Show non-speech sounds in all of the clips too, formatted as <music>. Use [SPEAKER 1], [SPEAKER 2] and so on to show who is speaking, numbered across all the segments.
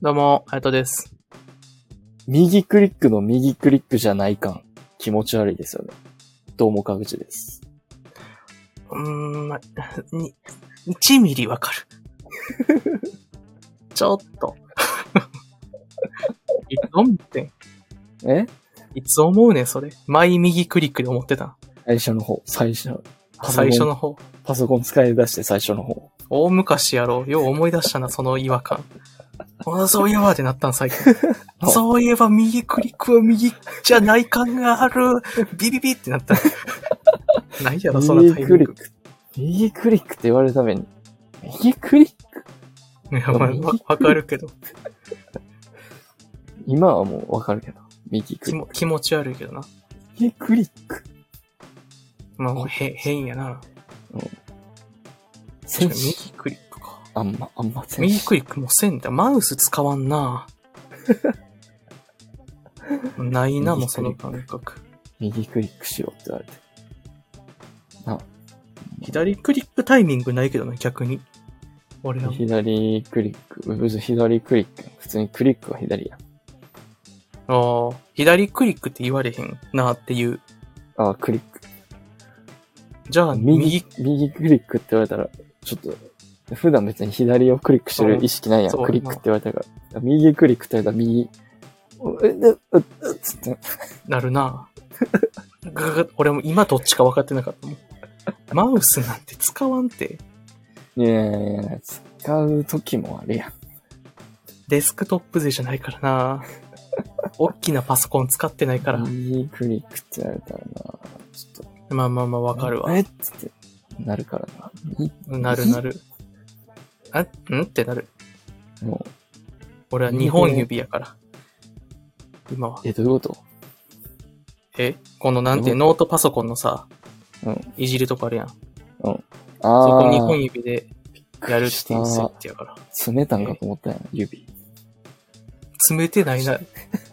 [SPEAKER 1] どうも、ハヤトです。
[SPEAKER 2] 右クリックの右クリックじゃない感、気持ち悪いですよね。どうも、かぐちです。
[SPEAKER 1] うーん、ま、に、1ミリわかる。
[SPEAKER 2] <laughs>
[SPEAKER 1] ちょっと。 <laughs> いつ思ってん
[SPEAKER 2] え
[SPEAKER 1] いつ思うねん、それ。前右クリックで思ってた。
[SPEAKER 2] 最初の方、最初。パソコ
[SPEAKER 1] 最
[SPEAKER 2] ン
[SPEAKER 1] 初の方。
[SPEAKER 2] パソコン使い出して最初の方。
[SPEAKER 1] 大昔やろう。よう思い出したな、その違和感。 <laughs> あそういえばってなったん、最
[SPEAKER 2] <laughs>
[SPEAKER 1] 近。そういえば、右クリックは右じゃない感がある。ビビビってな
[SPEAKER 2] <laughs>
[SPEAKER 1] った。ないやろ、そん
[SPEAKER 2] 右
[SPEAKER 1] なタイミ
[SPEAKER 2] ク
[SPEAKER 1] ン
[SPEAKER 2] リ
[SPEAKER 1] グ
[SPEAKER 2] ッ。ク。右クリックって言われるために、右クリック
[SPEAKER 1] いや、 <laughs> まあわわかるけど。
[SPEAKER 2] 今はもうわかるけど。右ク
[SPEAKER 1] 気
[SPEAKER 2] リック。
[SPEAKER 1] も気持ち悪いけどな。
[SPEAKER 2] 右クリック。
[SPEAKER 1] まあ、へ、変やな。確
[SPEAKER 2] 選
[SPEAKER 1] かに。
[SPEAKER 2] 手
[SPEAKER 1] 右クリックか。
[SPEAKER 2] あんま、あんま選
[SPEAKER 1] 右
[SPEAKER 2] 手。
[SPEAKER 1] クリックもせんだ。マウス使わん
[SPEAKER 2] <laughs>
[SPEAKER 1] な。ないな、もうその感覚。
[SPEAKER 2] 右クリックしろって言われて。
[SPEAKER 1] 左クリックタイミングないけどね、逆に。俺らも。
[SPEAKER 2] 左クリック。別に左クリック。普通にクリックは左や。
[SPEAKER 1] ああ、左クリックって言われへんなっていう。
[SPEAKER 2] ああ、クリック。
[SPEAKER 1] じゃあ、
[SPEAKER 2] 右
[SPEAKER 1] 右、、
[SPEAKER 2] 右クリックって言われたら、ちょっと、普段別に左をクリックしてる意識ないやん。
[SPEAKER 1] そう
[SPEAKER 2] クリックって言われたから。右クリックって言われたら右、おえ、え、え、え、つって、
[SPEAKER 1] なるな。 <laughs> ぐぐ俺も今どっちか分かってなかったもん。マウスなんて使わんて。
[SPEAKER 2] いやいやいや、使う時もあるやん。
[SPEAKER 1] デスクトップ勢じゃないから
[SPEAKER 2] <laughs>
[SPEAKER 1] な。大きなパソコン使ってないから。
[SPEAKER 2] 右クリックって言われたらな、ちょっ
[SPEAKER 1] まあまあまあ、わ
[SPEAKER 2] と。
[SPEAKER 1] かるわ。
[SPEAKER 2] えっつって、なるからな。み
[SPEAKER 1] なるなる。あんってなる。
[SPEAKER 2] も
[SPEAKER 1] 俺は2本指やから。今は
[SPEAKER 2] う、。え、どういうこと
[SPEAKER 1] えこのなんていう
[SPEAKER 2] うん
[SPEAKER 1] ノートパソコンのさ、
[SPEAKER 2] うん
[SPEAKER 1] いじるとこあるやん。そ
[SPEAKER 2] あ
[SPEAKER 1] こ2
[SPEAKER 2] あ
[SPEAKER 1] 本、指でやるっていう設定やから。
[SPEAKER 2] 詰めたんかと思ったやん、指。
[SPEAKER 1] 詰めて <laughs> ないな。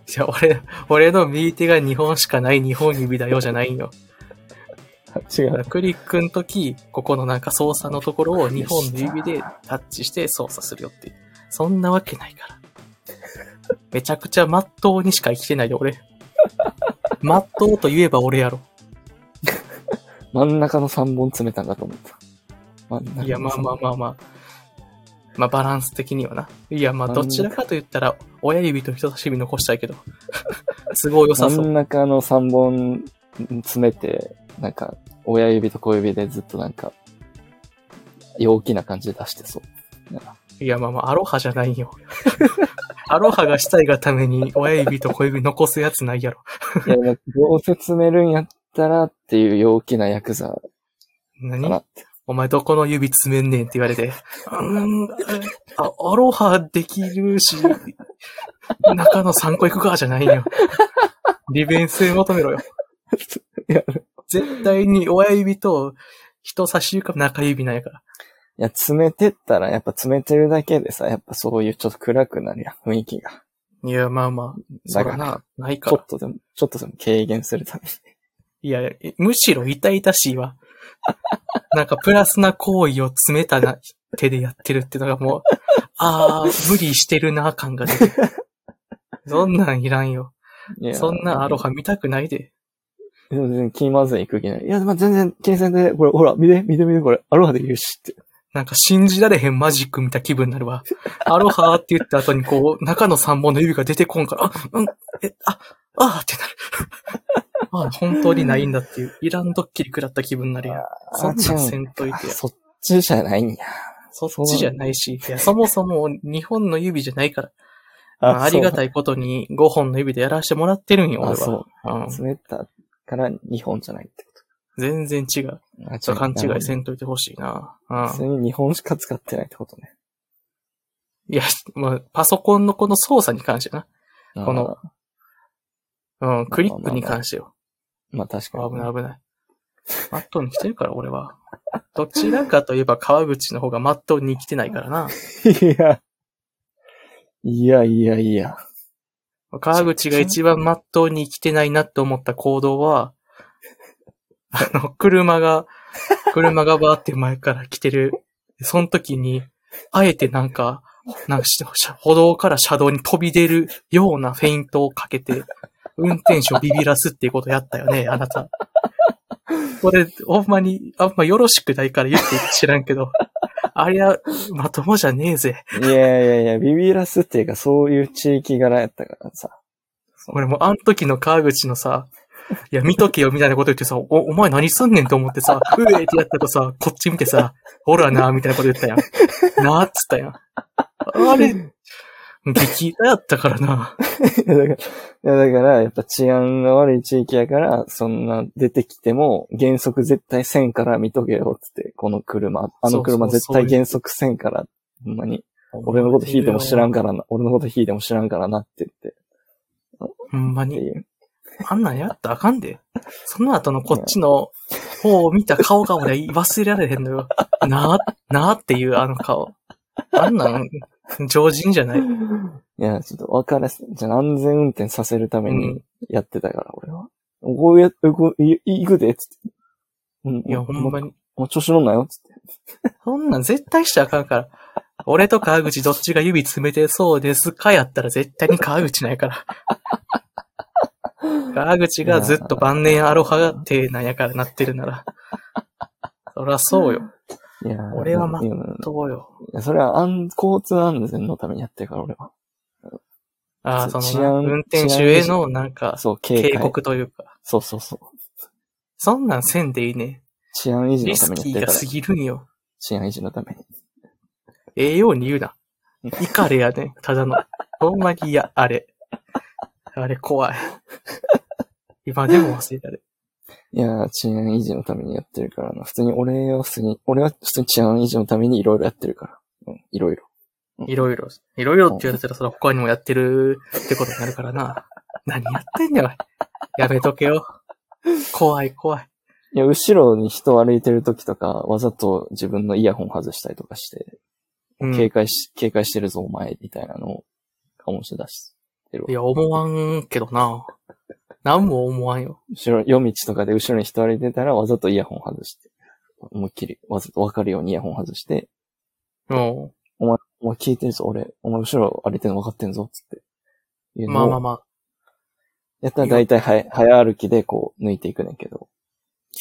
[SPEAKER 1] じゃあ俺、俺の右手が2本しかない2本指だよじゃないんよ。
[SPEAKER 2] あ違
[SPEAKER 1] だから
[SPEAKER 2] う。
[SPEAKER 1] クリックの時、ここのなんか操作のところを2本の指でタッチして操作するよっていう。そんなわけないから。めちゃくちゃ真っ当にしか生きてないよ、 <laughs> 俺。真っ当と言えば俺やろ。
[SPEAKER 2] 真ん中の3本詰めたんかと思った。真ん中の
[SPEAKER 1] いや、まあ
[SPEAKER 2] 三
[SPEAKER 1] まあ
[SPEAKER 2] 本
[SPEAKER 1] まあまあ。まあ、バランス的にはな。いや、まあ、どちらかと言ったら、親指と人差し指残したいけど。 <laughs> 都合良さそ
[SPEAKER 2] 真
[SPEAKER 1] う。
[SPEAKER 2] ん中の3本詰めて、なんか、親指と小指でずっとなんか、陽気な感じで出し
[SPEAKER 1] <laughs>
[SPEAKER 2] てそう。
[SPEAKER 1] いや、まあまあ、アロハじゃないよ。アロハがしたいがために、親指と小指残すやつないやろ。
[SPEAKER 2] いや、なんかどうせ詰めるんやったらっていう陽気なヤクザ
[SPEAKER 1] 何
[SPEAKER 2] かなって。
[SPEAKER 1] お前どこの指詰めんねんって言われて、うーん、あアロハできるし、中の3個行くかじゃないよ。利便性求めろよ。
[SPEAKER 2] <laughs> いや、い
[SPEAKER 1] 絶対に親指と人差し指か中指なんやから。
[SPEAKER 2] や詰めてったら、やっぱ詰めてるだけでさ、やっぱそういうちょっと暗くなるやん、雰囲気が。
[SPEAKER 1] いや、まあまあ、そ
[SPEAKER 2] だ
[SPEAKER 1] ら
[SPEAKER 2] から、
[SPEAKER 1] な、ないか
[SPEAKER 2] ちょ
[SPEAKER 1] ら
[SPEAKER 2] っ。とでも、ちょっとでも軽減するために。
[SPEAKER 1] いやいや、えむしろ痛々しいわ。 <laughs> なんかプラスな行為を詰めたな手でやってるってのがもう、ああ、無理してるな感が出
[SPEAKER 2] <laughs>
[SPEAKER 1] てる。そんなんいらんよ。
[SPEAKER 2] いや
[SPEAKER 1] <laughs> そんなアロハ見たくないで。
[SPEAKER 2] でも全然気まずい空気にない。いや、まあ、全然気にせんで、これ、ほら、見て、見て見て、これ、アロハで言うしって。
[SPEAKER 1] なんか信じられへんマジック見た気分になるわ。アロハって言った後にこう、中の三本の指が出てこんから、あ、うん、え、あ、あーってなる。
[SPEAKER 2] <laughs>
[SPEAKER 1] あ、本当にないんだっていう、いらんドッキリ食らった気分になるやん。そんなんせんとい
[SPEAKER 2] あ
[SPEAKER 1] てや。
[SPEAKER 2] そっちじゃないんや。
[SPEAKER 1] そっちじゃないし、いや、そもそも日本の指じゃないから、
[SPEAKER 2] あ
[SPEAKER 1] まあ、ありがた
[SPEAKER 2] い。
[SPEAKER 1] いことに5本の指でやらしてもらってるんよ、
[SPEAKER 2] あ、
[SPEAKER 1] <laughs> 俺
[SPEAKER 2] そ
[SPEAKER 1] は。う
[SPEAKER 2] う。
[SPEAKER 1] ん、
[SPEAKER 2] 詰めたから日本じゃないってこ
[SPEAKER 1] 全然違う。
[SPEAKER 2] と。あ、
[SPEAKER 1] ちょっと勘違いせ
[SPEAKER 2] ん。
[SPEAKER 1] んといてほしいな。うん
[SPEAKER 2] 普通に日本しか使ってないってことね。
[SPEAKER 1] いや、まあ、パソコンのこの操作に関してな。この
[SPEAKER 2] あー。
[SPEAKER 1] うん、クリックに関してよ。
[SPEAKER 2] まあ確か
[SPEAKER 1] 危
[SPEAKER 2] に。
[SPEAKER 1] ない危ない。マットに来てるから、俺は。どちらかといえば川口の方がマットに来てないからな。
[SPEAKER 2] いや。いやいやいや。
[SPEAKER 1] 川口が一番マットに来てないなって思った行動は、あの、車が、車がバーって前から来てる。その時に、あえてなんか、なんかし歩道から車道に飛び出るようなフェイントをかけて、運転手をビビらすっていうことやったよね、あなた。これ、ほんまに、あんまよろしくないから言って知らんけど、ありゃ、まともじゃねえぜ。
[SPEAKER 2] いやいやいや、ビビらすっていうか、そういう地域柄やったからさ。 <laughs>
[SPEAKER 1] 俺もうあの時の川口のさ、いや、見とけよ、みたいなこと言ってさ、お、お前何すんねんと思ってさ、うえってやったとさ、こっち見てさ、ほらな、みたいなこと言ったやん。なあ、っつったやん。あれ、激痛やったからな。
[SPEAKER 2] いやだから、いやだからやっぱ治安が悪い地域やから、そんな出てきても、減速絶対せんから見とけよってって、この車、あの車
[SPEAKER 1] そう
[SPEAKER 2] 絶
[SPEAKER 1] そうそうい
[SPEAKER 2] 対
[SPEAKER 1] う
[SPEAKER 2] 減速せんから、ほんまに。俺のこと引いても知らんからな、俺のこと引いても知らんからなって言って、
[SPEAKER 1] ほんま
[SPEAKER 2] って
[SPEAKER 1] に。
[SPEAKER 2] いう。
[SPEAKER 1] あんなんやったらあかんで。その後のこっちの方を見た顔が俺忘れられへんのよ。なあ、なあっていうあの顔。あんなん、常人じゃない。
[SPEAKER 2] いや、ちょっと分からせ、じゃあ安全運転させるため
[SPEAKER 1] う
[SPEAKER 2] にやってたから、俺は。こうや、こう、い行くで、つって。うん
[SPEAKER 1] いや、ほんま
[SPEAKER 2] も
[SPEAKER 1] に。
[SPEAKER 2] うもう調子乗んなよ、つって。
[SPEAKER 1] そんなん絶対しちゃあかんから。俺と川口どっちが指詰めてそうですかやったら絶対に川口ない
[SPEAKER 2] <laughs>
[SPEAKER 1] から。川口がずっと晩年アロハが手なんやからなってるなら。そらそうよ。
[SPEAKER 2] いや、
[SPEAKER 1] 俺はま
[SPEAKER 2] いやい
[SPEAKER 1] そうよ。
[SPEAKER 2] や、それは安、交通安全のためにやってるから、俺は。
[SPEAKER 1] ああ、
[SPEAKER 2] そ
[SPEAKER 1] そうのな、
[SPEAKER 2] 治安
[SPEAKER 1] 運転手へのなんか、
[SPEAKER 2] そう、警戒。
[SPEAKER 1] 警告というか。
[SPEAKER 2] そうそうそう。
[SPEAKER 1] そんなんせんでいいね。
[SPEAKER 2] 治安維持
[SPEAKER 1] リ
[SPEAKER 2] のた
[SPEAKER 1] ス
[SPEAKER 2] めに
[SPEAKER 1] キー
[SPEAKER 2] やってる
[SPEAKER 1] が
[SPEAKER 2] か
[SPEAKER 1] 過
[SPEAKER 2] ら。
[SPEAKER 1] ぎるんよ。
[SPEAKER 2] 治安維持のために。
[SPEAKER 1] ええように言うな。イカレやね。ただの。ほんまに嫌、あれ。あれ怖い。今でも忘れられん。
[SPEAKER 2] いやー、治安維持のためにやってるからな。普通に俺は普通に、俺は普通に治安維持のためにいろいろやってるから。うん、いろいろ。
[SPEAKER 1] いろいろ。いろいろって言われたら、それは他にもやってるってことになるからな。何やってんだよ。やめとけよ。怖い怖い。
[SPEAKER 2] いや、後ろに人歩いてる時とか、わざと自分のイヤホン外したりとかして、
[SPEAKER 1] うん、
[SPEAKER 2] 警
[SPEAKER 1] い
[SPEAKER 2] 戒し、警戒してるぞ、お前、みたいなのを、醸し出してるわ。
[SPEAKER 1] や、思わんけどな。何も思わんよ。
[SPEAKER 2] 後ろ、夜道とかで後ろに人歩いてたら、わざとイヤホン外して、思いっきり、わざとわかるようにイヤホン外して、
[SPEAKER 1] も、
[SPEAKER 2] お前、お前聞いてるぞ、俺、お前後ろ歩いてるの分かってんぞ、つって。いうう
[SPEAKER 1] まあま
[SPEAKER 2] の
[SPEAKER 1] あ
[SPEAKER 2] を、
[SPEAKER 1] まあ。
[SPEAKER 2] やったら大体はや、早歩きでこう、抜いていくねんけど。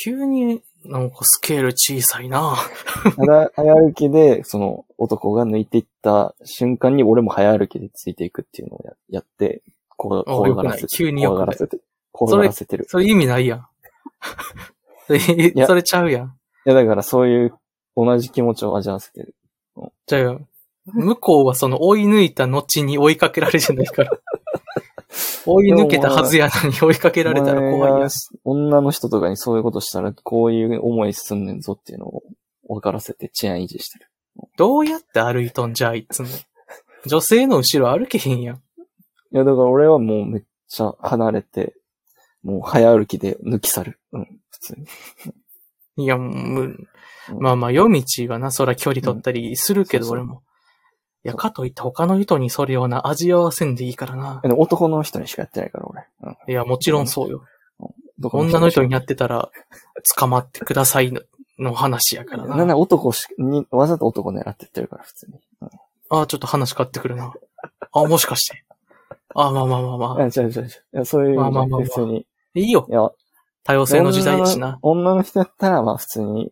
[SPEAKER 1] 急に、なんかスケール小さいな。
[SPEAKER 2] ただ、早歩きで、その男が抜いていった瞬間に俺も早歩きでついていくっていうのをややって、こう、
[SPEAKER 1] あ
[SPEAKER 2] 怖がら
[SPEAKER 1] よくな
[SPEAKER 2] せ
[SPEAKER 1] い
[SPEAKER 2] て、
[SPEAKER 1] 急によくな
[SPEAKER 2] 怖
[SPEAKER 1] い
[SPEAKER 2] がらせて、怖がらせてる。
[SPEAKER 1] それ意味ないやん。それ
[SPEAKER 2] や
[SPEAKER 1] それちゃうやん。
[SPEAKER 2] いや、だからそういう、同じ気持ちを味わわせてる。
[SPEAKER 1] じゃあ、向こうはその追い抜いた後に追いかけられてない
[SPEAKER 2] <laughs>
[SPEAKER 1] から。追い抜けたはずやのに追いかけられたら怖いやん。
[SPEAKER 2] お前が女の人とかにそういうことしたら、こういう思いすんねんぞっていうのを分からせて治安維持してる。
[SPEAKER 1] どうやって歩いとんじゃあ、いつも。女性の後ろ歩けへんやん。
[SPEAKER 2] いや、だから俺はもうめっちゃ離れて、もう早歩きで抜き去る。うん、普通に。
[SPEAKER 1] いや、もう、まあまあ、夜道はな、そら距離取ったりするけど、
[SPEAKER 2] うんそう
[SPEAKER 1] 俺
[SPEAKER 2] そう
[SPEAKER 1] も。いや、かといって他の人にそれをな、味わわせんでいいからな。
[SPEAKER 2] でも男の人にしかやってないから、俺。うん
[SPEAKER 1] いや、もちろんそうよ。
[SPEAKER 2] どこ
[SPEAKER 1] 女の
[SPEAKER 2] にしか
[SPEAKER 1] 人になってたら、捕まってくださいのの話やから
[SPEAKER 2] <laughs> なんな
[SPEAKER 1] な。
[SPEAKER 2] ら男しに、わざと男狙ってってるから、普通に。うん
[SPEAKER 1] ああ、ちょっと話変わってくるな。ああ、もしかして。ああ、まあまあまあまあ。
[SPEAKER 2] あ、違う違う違ういや。そういう意味じゃなくて、
[SPEAKER 1] まあまあまあまあ
[SPEAKER 2] 普通に。
[SPEAKER 1] いいよ。
[SPEAKER 2] いや、
[SPEAKER 1] 多様性の時代やしな。
[SPEAKER 2] 女の。女の人やったら、まあ普通に、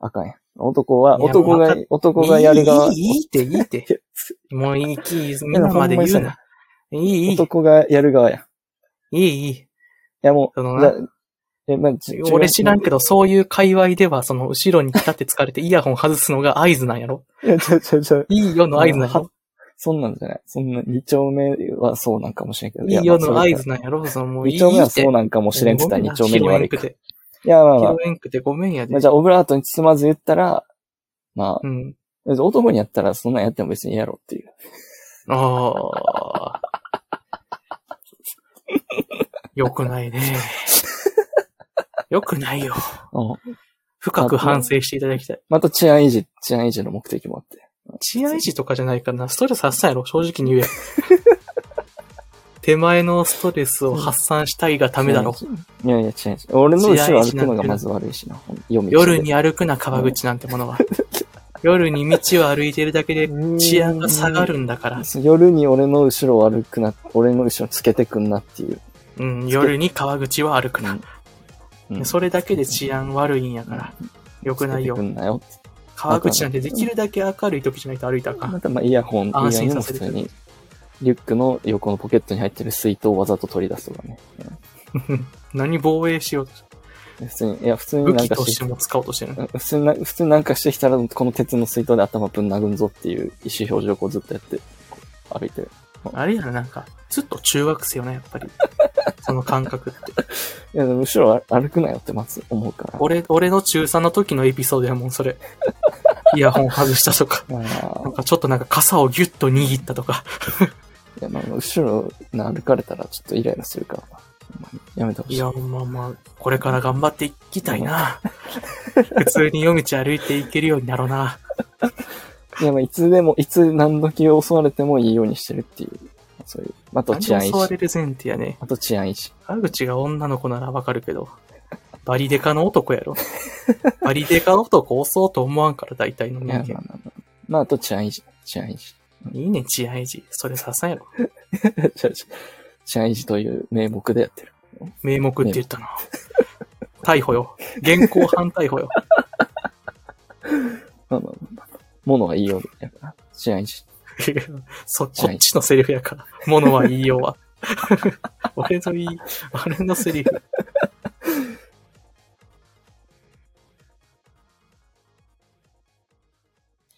[SPEAKER 2] あかんやん。男は、
[SPEAKER 1] いや
[SPEAKER 2] 男
[SPEAKER 1] わ
[SPEAKER 2] が
[SPEAKER 1] かっ、
[SPEAKER 2] 男がやる
[SPEAKER 1] い、
[SPEAKER 2] 側
[SPEAKER 1] い、いいいいって、い
[SPEAKER 2] <laughs>
[SPEAKER 1] いって。もういい、き、みんなまで言うな。いい、いい、
[SPEAKER 2] 男がやる側やん。い
[SPEAKER 1] いい、いい。
[SPEAKER 2] や、も
[SPEAKER 1] その
[SPEAKER 2] う、
[SPEAKER 1] な
[SPEAKER 2] じゃえ、まあ、じ
[SPEAKER 1] 俺知らんけ
[SPEAKER 2] ど。
[SPEAKER 1] ど、そういう界隈では、その、後ろに立って疲れてイヤホン外すのが合図なんやろ
[SPEAKER 2] いや、ちょちょちょ、
[SPEAKER 1] いいよの合図なんやろ
[SPEAKER 2] そんなんじゃない。そんな、二丁目はそうなんかもしれんけど。
[SPEAKER 1] いいよの合
[SPEAKER 2] まあ
[SPEAKER 1] 図なんやろその、も
[SPEAKER 2] そうれ
[SPEAKER 1] いい
[SPEAKER 2] 二
[SPEAKER 1] っ
[SPEAKER 2] 丁目は
[SPEAKER 1] て。
[SPEAKER 2] そうなんかもしれんって言ったら二丁目に悪いか。
[SPEAKER 1] ごめんな拾えんくて。
[SPEAKER 2] いや、まあまあ
[SPEAKER 1] 拾、えんくてごめんやで
[SPEAKER 2] まあ、。じゃあ、オブラートに包まず言ったら、まあ、
[SPEAKER 1] うん。
[SPEAKER 2] 男にやったらそんなんやっても別にいいやろっていう。
[SPEAKER 1] ああ。よくないね。よくないよ。深く反省していただきたい。
[SPEAKER 2] また治安維持、治安維持の目的もあって。
[SPEAKER 1] 治安維持とかじゃないからな、ストレス発散やろ、正直に言え。手前のストレスを発散したいがためだろ。
[SPEAKER 2] 治安維持。いやいや、治安維持。俺の後ろ歩くのがまず悪いしな。夜道で
[SPEAKER 1] 夜。に歩くな、川口なんてものは。夜に道を歩いてるだけで治安が下がるんだから。
[SPEAKER 2] 夜に俺の後ろを歩くな、俺の後ろつけてくんなっていう。
[SPEAKER 1] うん、夜に川口は歩くな。
[SPEAKER 2] うん
[SPEAKER 1] それだけで治安悪いんやから。よくない
[SPEAKER 2] つけ
[SPEAKER 1] よ
[SPEAKER 2] て。くんなよって
[SPEAKER 1] 川口なんてできるだけ明るい時じゃないと歩いたらあかん。
[SPEAKER 2] またまあイヤホン、イヤ
[SPEAKER 1] 安
[SPEAKER 2] ホン
[SPEAKER 1] 心
[SPEAKER 2] も
[SPEAKER 1] さ
[SPEAKER 2] 普
[SPEAKER 1] せて
[SPEAKER 2] 通に、リュックの横のポケットに入ってる水筒をわざと取り出すとかね。
[SPEAKER 1] 何防衛しようと
[SPEAKER 2] うん普通に、いや、普通に
[SPEAKER 1] 武
[SPEAKER 2] なん
[SPEAKER 1] 器
[SPEAKER 2] か
[SPEAKER 1] と
[SPEAKER 2] し
[SPEAKER 1] しても使おうとしてる。
[SPEAKER 2] 普通にな、普通になんかしてきたら、この鉄の水筒で頭ぶん殴んぞっていう意思表示をこうずっとやって、こう歩いてる。
[SPEAKER 1] あれやな、なんか、ずっと中学生よね、やっぱり。 <laughs> その感覚って。
[SPEAKER 2] いや、でもむしろ歩くなよってまず思うから。
[SPEAKER 1] 俺、俺の中3の時のエピソードやもん、それ。イヤホン外したとか。
[SPEAKER 2] まあ
[SPEAKER 1] なんかちょっとなんか傘をギュッと握ったとか。
[SPEAKER 2] いや、まあ、後ろな歩かれたらちょっとイライラするからな。ほんまにやめてほしい。
[SPEAKER 1] いや、まあまあ、これから頑張っていきたいな。普通に夜道歩いていけるようになろうな。
[SPEAKER 2] いや、まあ、いつでも、いつ何時襲われてもいいようにしてるっていう。そういう。あと
[SPEAKER 1] 何
[SPEAKER 2] 治安
[SPEAKER 1] で
[SPEAKER 2] 維
[SPEAKER 1] 襲わ
[SPEAKER 2] 持。
[SPEAKER 1] れる前提やね。
[SPEAKER 2] あと治安維持。
[SPEAKER 1] 川口が女の子ならわかるけど、バリデカの男やろ。 <laughs> バリデカの男を襲おうと思わんから、大体の
[SPEAKER 2] い
[SPEAKER 1] 人
[SPEAKER 2] や、まあ
[SPEAKER 1] 間。
[SPEAKER 2] まあまあ。まあ、あと治安維持。治安維持。 <laughs>
[SPEAKER 1] いいね、治安維持。それささんやろ。
[SPEAKER 2] 治安維持治安維持という名目でやってる。
[SPEAKER 1] 名目って言ったな。逮捕よ。現行犯逮捕よ。 <laughs>
[SPEAKER 2] まあまあまあまあ。ものはいいようやから。治安維持。
[SPEAKER 1] そ、こっちのセリフやから。ものは言いようは。 <laughs> 俺の言い、俺のセリフ。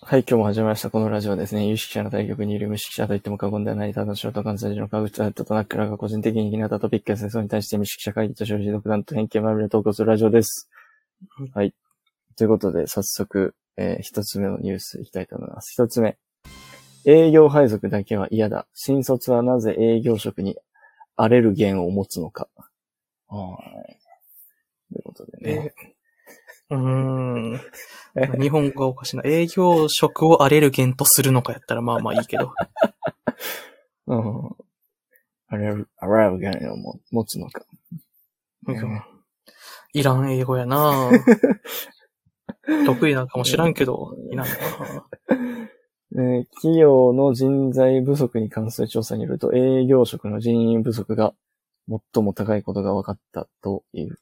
[SPEAKER 2] はい、今日も始まりました。このラジオはですね、有識者の対局にいる無識者と言っても過言ではない、ただの素人関西人の川口ととナックラが個人的に気になったトピックや戦争に対して無識者会議と正直独断と偏見まみれを投稿するラジオです
[SPEAKER 1] うん。
[SPEAKER 2] はい。ということで、早速、えー一つ目のニュースいきたいと思います。一つ目。営業配属だけは嫌だ。新卒はなぜ営業職にアレルゲンを持つのか。はい。ということでね。
[SPEAKER 1] えうーん。日本語がおかしいな。営業職をアレルゲンとするのかやったらまあまあいいけど。
[SPEAKER 2] うん。アレル、アレルゲンをも持つのか。うん
[SPEAKER 1] いらん英語や
[SPEAKER 2] <laughs>
[SPEAKER 1] な得意なんかも知らんけど、いらんな
[SPEAKER 2] えー企業の人材不足に関する調査によると、営業職の人員不足が最も高いことが分かったという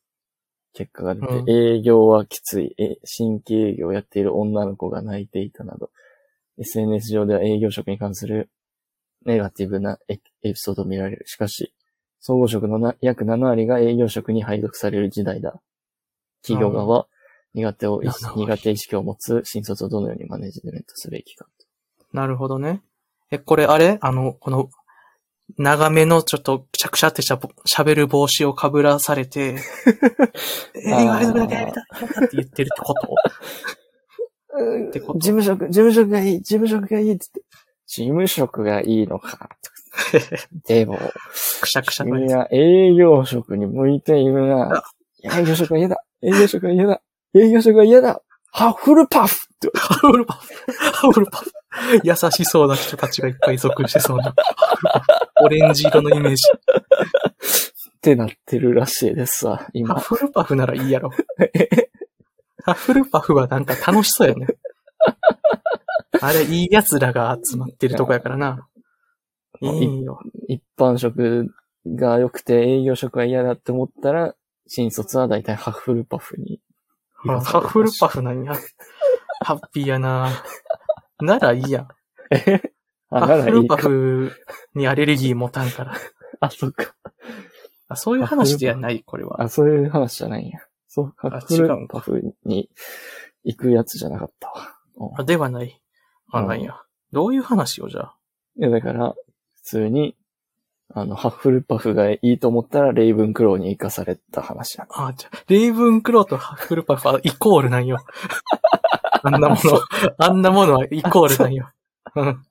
[SPEAKER 2] 結果が出て、
[SPEAKER 1] うん
[SPEAKER 2] 営業はきつい、え新規営業をやっている女の子が泣いていたなど、SNS 上では営業職に関するネガティブなエピエピソードを見られる。しかし、総合職のな約7割が営業職に配属される時代だ。企業側は苦手を意識、
[SPEAKER 1] 7割
[SPEAKER 2] 苦手意識を持つ新卒をどのようにマネジメントすべきか。
[SPEAKER 1] なるほどね。え、これあれあの、この、長めのちょっとくしゃくしゃってしたぼ喋る帽子をかぶらされ
[SPEAKER 2] <laughs>
[SPEAKER 1] て、え、言われるだけやめた、やめたって言ってるってこと
[SPEAKER 2] うん
[SPEAKER 1] てこと
[SPEAKER 2] 事務職、事務職がいい、事務職がいいっつって。事務職がいいの <laughs> か。でも、
[SPEAKER 1] くしゃくしゃの
[SPEAKER 2] 君
[SPEAKER 1] や
[SPEAKER 2] は営業職に向いているな。営業職は嫌だ。営業職は嫌だ。営業職は嫌だ。ハッフルパフって
[SPEAKER 1] つ。ハウルパフ。ハウルパフ。優しそうな人たちがいっぱい属してそうな。オレンジ色のイメージ。
[SPEAKER 2] ってなってるらしいですわ、
[SPEAKER 1] ハ
[SPEAKER 2] 今。
[SPEAKER 1] フルパフならいいや
[SPEAKER 2] <laughs>
[SPEAKER 1] ろ。ハフルパフはなんか楽しそうやね。あれ、いい奴らが集まってるとこやからな。いいよ。
[SPEAKER 2] 一般職が良くて営業職は嫌だって思ったら、新卒は大体ハッフルパフに。
[SPEAKER 1] あハフルパフなんや。ハッピーやな。ならいいやん。
[SPEAKER 2] あ、
[SPEAKER 1] ハ
[SPEAKER 2] なら
[SPEAKER 1] フ
[SPEAKER 2] い
[SPEAKER 1] ル
[SPEAKER 2] い
[SPEAKER 1] パ
[SPEAKER 2] か。
[SPEAKER 1] フにアレルギー持たんから。
[SPEAKER 2] あ、そっか。
[SPEAKER 1] あそういう話ではない、これは。
[SPEAKER 2] あ、そういう話じゃないんや。そう、ハッフ
[SPEAKER 1] 違う
[SPEAKER 2] ル
[SPEAKER 1] ん
[SPEAKER 2] パフに行くやつじゃなかったわ。
[SPEAKER 1] あではない。あ、
[SPEAKER 2] うん
[SPEAKER 1] なんや。どういう話をじゃあ。
[SPEAKER 2] いや、だから、普通に、あの、ハッフルパフがいいと思ったら、レイブンクローに行かされた話なんだ。
[SPEAKER 1] あ、じゃあ、レイブンクローとハッフルパフはイコールなん
[SPEAKER 2] <laughs>
[SPEAKER 1] よ。あんなもの、あんなものはイコールなんよ。うん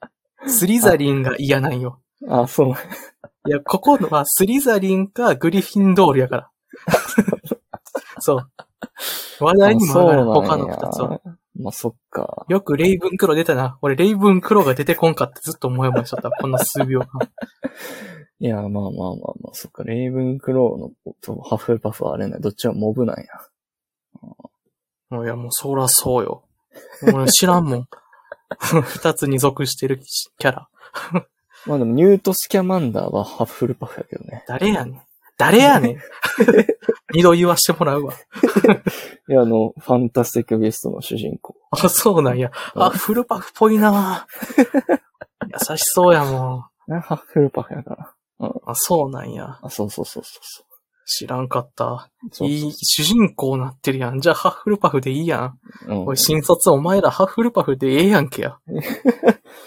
[SPEAKER 1] スリザリンが嫌なんよ。
[SPEAKER 2] あ、そう。
[SPEAKER 1] いや、ここのはスリザリンかグリフィンドールやから。 <laughs> そう。話題にも上がらん
[SPEAKER 2] あ
[SPEAKER 1] 他
[SPEAKER 2] そう
[SPEAKER 1] の
[SPEAKER 2] なんや
[SPEAKER 1] 二つは。
[SPEAKER 2] まあ、そっか。
[SPEAKER 1] よくレイブンクロー出たな。俺レイブンクローが出てこんかってずっと思い思いしとった。こんな数秒間。
[SPEAKER 2] いや、まあまあまあまあ、そっか。レイブンクローのとハッフルパフはあれね、どっちはモブなんや。
[SPEAKER 1] もういや、もうそらそうよ。もう知らんもん。 <laughs> 二つに属してるキャラ。
[SPEAKER 2] まあでも、ニュートスキャマンダーはハッフルパフやけどね。
[SPEAKER 1] 誰やねん。誰やねん。二度言わしてもらう
[SPEAKER 2] <laughs>
[SPEAKER 1] わ。
[SPEAKER 2] いや、あの、ファンタスティックビーストの主人公。
[SPEAKER 1] あ、そうなんや。あ、フルパフっぽいな優しそうやもん。
[SPEAKER 2] あハッフルパフやから。
[SPEAKER 1] あ、そうなんや。
[SPEAKER 2] あ、そうそうそうそうそう。
[SPEAKER 1] 知らんかった。
[SPEAKER 2] そうそう
[SPEAKER 1] いい、主人公なってるやん。じゃあ、ハッフルパフでいいやん。
[SPEAKER 2] うん
[SPEAKER 1] おい、新卒お前らハッフルパフでええやん
[SPEAKER 2] <laughs>
[SPEAKER 1] けや。